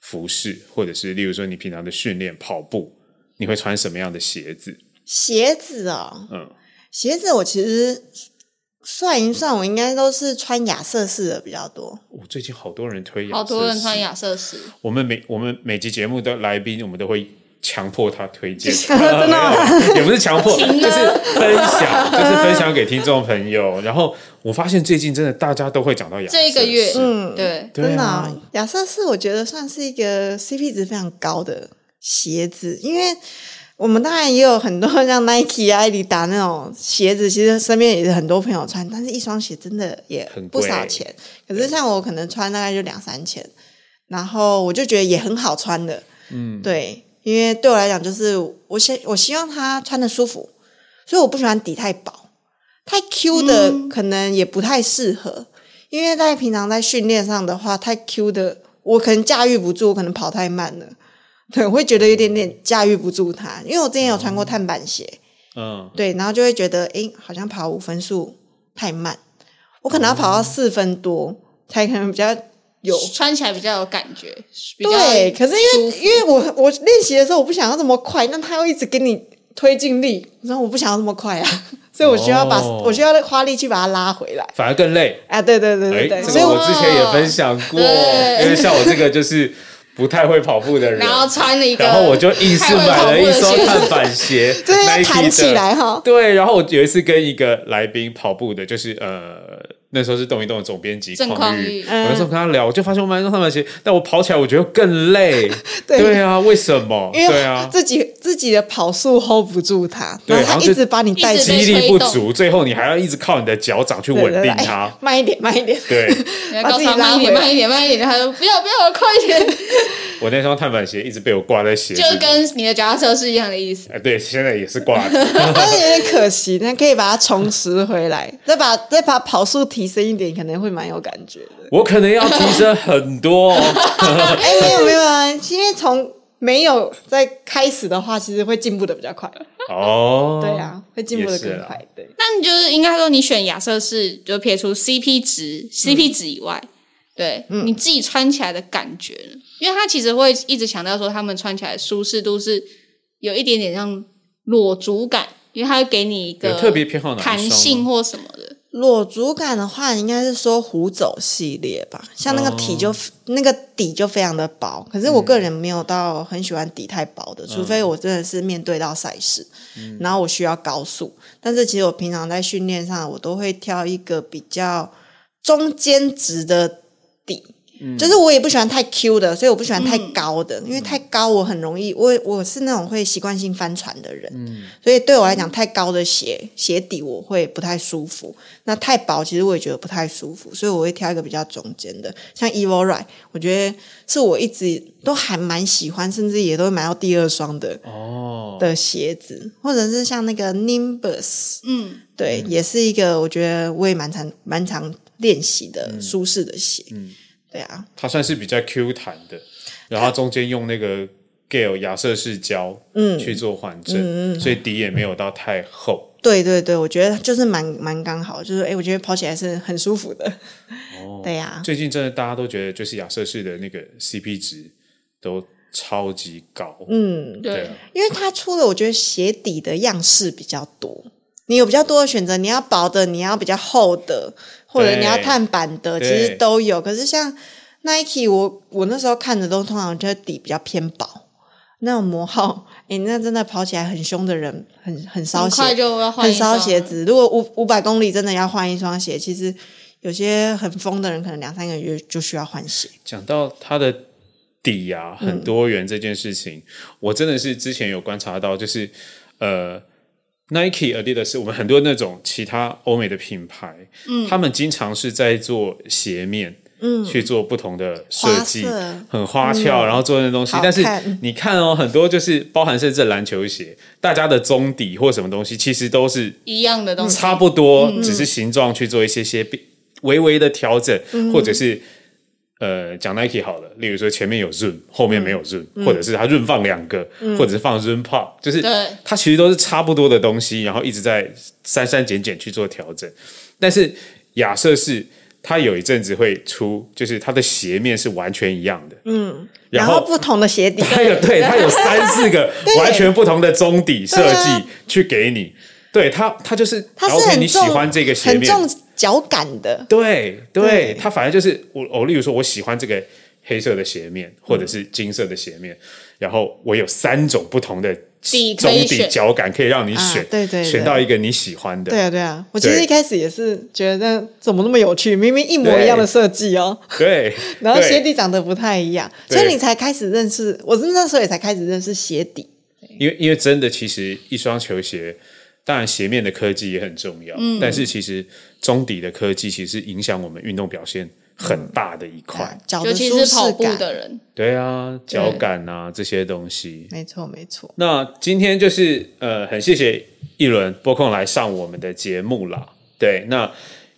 S1: 服饰，或者是例如说你平常的训练跑步？你会穿什么样的鞋子？
S3: 鞋子哦，
S1: 嗯，
S3: 鞋子我其实算一算，我应该都是穿亚瑟士的比较多。
S1: 我最近好多人推亚瑟士，
S2: 好多人穿亚瑟士，
S1: 我们每我们每集节目的来宾，我们都会强迫他推荐，
S3: 真的吗？
S1: 也不是强迫，
S2: 请呢
S1: 就是分享，就是分享给听众朋友。然后我发现最近真的大家都会讲到雅
S2: 这一个
S1: 瑟
S2: 月
S1: 氏
S3: 嗯，
S2: 对，
S1: 对
S3: 真的、
S1: 啊
S3: 啊，亚瑟士我觉得算是一个 CP 值非常高的鞋子，因为我们当然也有很多 像 Nike 啊、艾迪达那种鞋子，其实身边也是很多朋友穿，但是一双鞋真的也
S1: 很贵
S3: 不少钱。可是像我可能穿大概就两三千，然后我就觉得也很好穿的，嗯，对，因为对我来讲就是我希我希望它穿的舒服，所以我不喜欢底太薄。太 Q 的
S1: 嗯
S3: 可能也不太适合，因为在平常在训练上的话，太 Q 的我可能驾驭不住，我可能跑太慢了， 对，我会觉得有点点驾驭不住它。因为我之前有穿过碳板鞋，
S1: 嗯，
S3: 对，然后就会觉得，诶，好像跑五分速太慢，我可能要跑到四分多才可能比较有。
S2: 穿起来比较有感觉，比较
S3: 对，可是因
S2: 舒
S3: 为
S2: 服
S3: 因为我我练习的时候我不想要这么快，那他会一直给你推进力，然后我不想要这么快啊， 所以我需要把、
S1: 哦
S3: 我需要花力去把它拉回来。
S1: 反而更累。
S3: 啊，对对对
S1: 哎，
S3: 对对，
S1: 这
S3: 所以
S1: 个
S3: 我，
S1: 我之前也分享过，
S2: 对
S1: 因为像我这个就是不太会跑步的人，
S2: 然后穿了一个，
S1: 然后我就硬是买了一双
S2: 太会跑步的鞋
S1: 碳板鞋
S3: 就是要
S1: Nike
S3: 弹起
S1: 的
S3: 来哈
S1: 对，然后我有一次跟一个来宾跑步的，就是呃那时候是动一动的总编辑
S2: 郑
S1: 匡
S2: 匡玉
S1: 我那时候
S3: 嗯
S1: 跟他聊，我就发现我买一双碳板鞋，但我跑起来我觉得更 累。对啊，为什么？
S3: 因
S1: 对
S3: 为
S1: 啊。
S3: 自己自己的跑速 hold 不住它，
S1: 对
S3: 然后
S1: 然
S3: 它
S1: 后
S3: 一
S1: 就
S3: 直把你带
S2: 一直
S3: 起
S2: 被
S1: 肌
S3: 来，
S1: 力
S2: 推
S1: 不
S2: 动
S1: 足，最后你还要一直靠你的脚掌去
S3: 对
S1: 稳
S3: 对
S1: 定
S3: 对
S1: 它
S3: 哎。慢一点，慢一点，
S1: 对，
S2: 然后告
S3: 把自
S2: 诉
S3: 己
S2: 他
S3: 拉
S2: 慢一
S3: 回
S2: 点，慢
S3: 来。
S2: 一点，慢一点，他说不要不要，快一点，
S1: 我那双碳板鞋一直被我挂在鞋子
S2: 就
S1: 里，
S2: 跟你的脚踏车是一样的意思。
S1: 哎，对，现在也是挂着。
S3: 但哎是有点可惜，那可以把它重拾回来，再把再把跑速提升一点，可能会蛮有感觉 的。
S1: 我可能要提升很多、 哦。
S3: 哎，没有没有啊，因为从没有在开始的话，其实会进步的比较快。
S1: 哦，
S3: 对，啊，会进步的
S1: 也是
S3: 更
S1: 啦
S3: 快。对，
S2: 那你就是应该说，你选亚瑟士，就撇除 CP 值、CP
S1: 嗯
S2: 值以外，对、
S3: 嗯
S2: 你自己穿起来的感觉呢，因为他其实会一直强调说，他们穿起来的舒适度是有一点点像裸足感，因为他会给你一个
S1: 有特别偏好哪一双
S2: 弹
S1: 吗
S2: 性或什么的。
S3: 裸足感的话，应该是说虎走系列吧，像那个体就、那个底就非常的薄，可是我个人没有到很喜欢底太薄的，除非我真的是面对到赛事，然后我需要高速。但是其实我平常在训练上，我都会挑一个比较中间值的底。就是我也不喜欢太 Q 的，所以我不喜欢太高的，因为太高我很容易，我我是那种会习惯性翻船的人，所以对我来讲，太高的鞋鞋底我会不太舒服。那太薄，其实我也觉得不太舒服，所以我会挑一个比较中间的，像 Evo Right，我觉得是我一直都还蛮喜欢，甚至也都会买到第二双的
S1: 哦，
S3: 的鞋子，或者是像那个 Nimbus，
S2: 嗯，
S3: 对，也是一个我觉得我也蛮常蛮常练习的舒适的鞋。对啊，
S1: 它算是比较 Q 弹的，然后中间用那个 Gale 亚瑟士胶，嗯，去做缓震，所以底也没有到太厚。
S3: 对对对，我觉得就是蛮蛮刚好，就是哎，我觉得跑起来是很舒服的。对啊呀、
S1: 最近真的大家都觉得，就是亚瑟士的那个 CP 值都超级高，
S3: 嗯，
S2: 对，
S1: 对啊，
S3: 因为它出的我觉得鞋底的样式比较多，你有比较多的选择，你要薄的，你要比较厚的，或者
S1: 对
S3: 你要碳板的，其
S1: 对
S3: 实都有。可是像 Nike，我我那时候看的都通常就是底比较偏薄，那种磨耗， 哎、那真的跑起来很凶的人，很很烧
S2: 很
S3: 鞋，
S2: 快就要换
S3: 很
S2: 一双
S3: 烧
S2: 了
S3: 鞋子。如果五五百公里真的要换一双鞋，其实有些很疯的人，可能两三个月就需要换鞋。
S1: 讲到它的底啊，很多元这件事情，我真的是之前有观察到，就是呃，Nike、Adidas，我们很多那种其他欧美的品牌，嗯，他们经常是在做鞋面。嗯，去做不同的设计
S3: 花色，嗯
S1: 很花俏，然后做那东西
S3: 好。
S1: 但是
S3: 看
S1: 你看哦，很多就是包含甚至篮球鞋，大家的中底或什么东西，其实都是
S2: 一样的东西。
S1: 差不多，只是形状去做一些些变微微的调整，或者是呃讲 Nike 好了，例如说前面有 Zoom，后面没有 Zoom，、或者是它 Zoom 放两个，或者是放 Zoom Pop，就是
S2: 对
S1: 它其实都是差不多的东西，然后一直在删删减减去做调整。但是亚瑟士它有一阵子会出，就是它的鞋面是完全一样的，嗯，然
S3: 然
S1: 后
S3: 后不同的鞋底，
S1: 它有 对它有三四 个完全不同的中底设计、去给你，对它它就是
S3: 啊它是
S1: OK
S3: 很
S1: 你喜
S3: 重
S1: 欢这个鞋
S3: 很
S1: 面，
S3: 重脚感的。
S1: 对对
S3: 对
S1: 哦它反正就是我我例如说我喜欢这个黑色的鞋面或者是金色的鞋面，然后我有三种不同的
S2: 底可
S1: 中
S2: 以
S1: 底
S2: 选
S1: 脚感可以让你
S3: 啊
S1: 选，
S3: 对对对
S1: 选到一个你喜欢的。
S3: 对啊，对啊，我其实
S1: 对
S3: 一开始也是觉得怎么那么有趣，明明一模
S1: 对
S3: 一样的设计哦，
S1: 对，
S3: 然后
S1: 对
S3: 鞋底长得不太一样，
S1: 对
S3: 所以你才开始认识，我是那时候也才开始认识鞋底。
S1: 因为因为真的，其实一双球鞋，当然鞋面的科技也很重要，但是其实中底的科技其实影响我们运动表现很大的一块。
S3: 啊脚
S2: 尤
S3: 的
S2: 其
S3: 舒
S2: 是
S3: 适
S2: 跑步
S3: 感，
S2: 的人，
S1: 嗯对啊，脚感啊这些东西。
S3: 没错没错。
S1: 那今天就是呃，很谢谢一轮播控来上我们的节目啦。对，那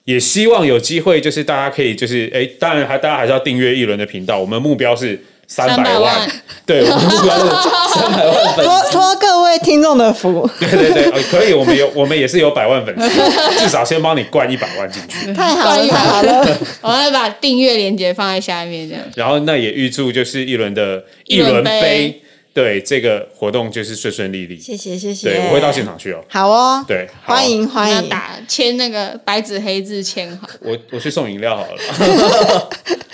S1: 也希望有机会，就是大家可以就是哎，当然还大家还是要订阅一轮的频道，我们目标是三百
S2: 300
S1: 万
S2: 万，
S1: 对，我们目标是 三百万粉丝
S3: 托托各位听众的福，
S1: 对对对，呃可以，我们有 我们也是有百万粉丝，至少先帮你灌一百万进去。
S3: 太好了，
S2: 关于
S3: 太好了！
S2: 我会把订阅链接放在下面，这样。
S1: 然后那也预祝就是一轮的
S2: 一
S1: 一
S2: 轮
S1: 轮
S2: 杯
S1: 杯，对这个活动就是顺顺利利。
S3: 谢谢谢谢，
S1: 对，我会到现。场去哦。
S3: 好哦，
S1: 对好
S3: 欢迎 欢
S2: 要
S3: 迎，
S2: 打签那个白纸黑字签好。
S1: 我我去送饮料好了。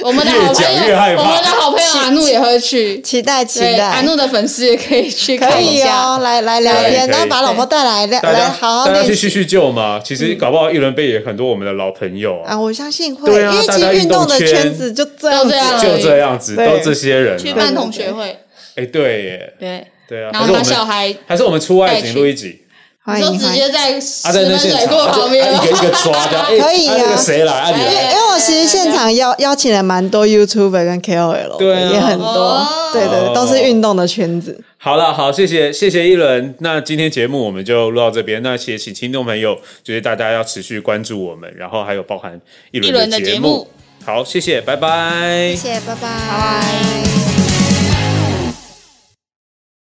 S2: 我们的好朋友，
S1: 越讲越害怕
S2: 我们的好朋友阿怒也会去，
S3: 期待期
S2: 对，阿
S3: 待，
S2: 怒的粉丝也可以去
S3: 可
S2: 看一
S3: 以
S2: 下。
S3: 哦，来来聊
S1: 对可
S3: 天，
S1: 以
S3: 然后把老婆带来，来
S1: 大家
S3: 来好好
S1: 大家
S3: 练
S1: 去
S3: 习
S1: 叙叙旧嘛。其实搞不好一轮杯也很多我们的老朋友
S3: 啊！
S1: 啊，
S3: 我相信会，
S1: 对啊
S3: 因为
S1: 大
S3: 其
S1: 家
S3: 实运
S1: 运动
S3: 动的
S1: 圈
S3: 圈子就这样
S2: 都这
S3: 子
S2: 样，
S1: 就这样子，
S3: 啊对
S1: 都这些人
S2: 去
S1: 啊。
S2: 办同学会，
S1: 哎，对耶，
S2: 对，
S1: 对啊。
S2: 然
S1: 还
S2: 后
S1: 是我
S2: 把小
S1: 们
S2: 孩
S1: 还是我们出外景
S2: 带去
S1: 录一集。
S3: 欢
S2: 就
S3: 迎
S2: 直
S3: 欢迎。
S2: 接在十
S1: 啊，在那
S2: 分
S1: 现
S2: 水
S1: 场，
S2: 库
S1: 啊就
S2: 旁边哦
S1: 啊一个一个抓，这样哎
S3: 可以啊
S1: 那个谁来？啊，你
S2: 哎
S1: 来
S3: 因为因为我其实现场邀邀请了蛮多 YouTuber 跟 KOL，
S1: 对啊
S3: 也很多
S2: 哦，
S3: 对对，对都是运动的圈子。
S1: 好了，好，谢谢谢谢一轮。那今天节目我们就录到这边。那也请听众朋友，就是大家要持续关注我们，然后还有包含一
S2: 一轮
S1: 轮
S2: 的
S1: 节
S2: 节目。
S1: 好，谢谢，拜拜。
S3: 谢谢，拜拜。
S2: 拜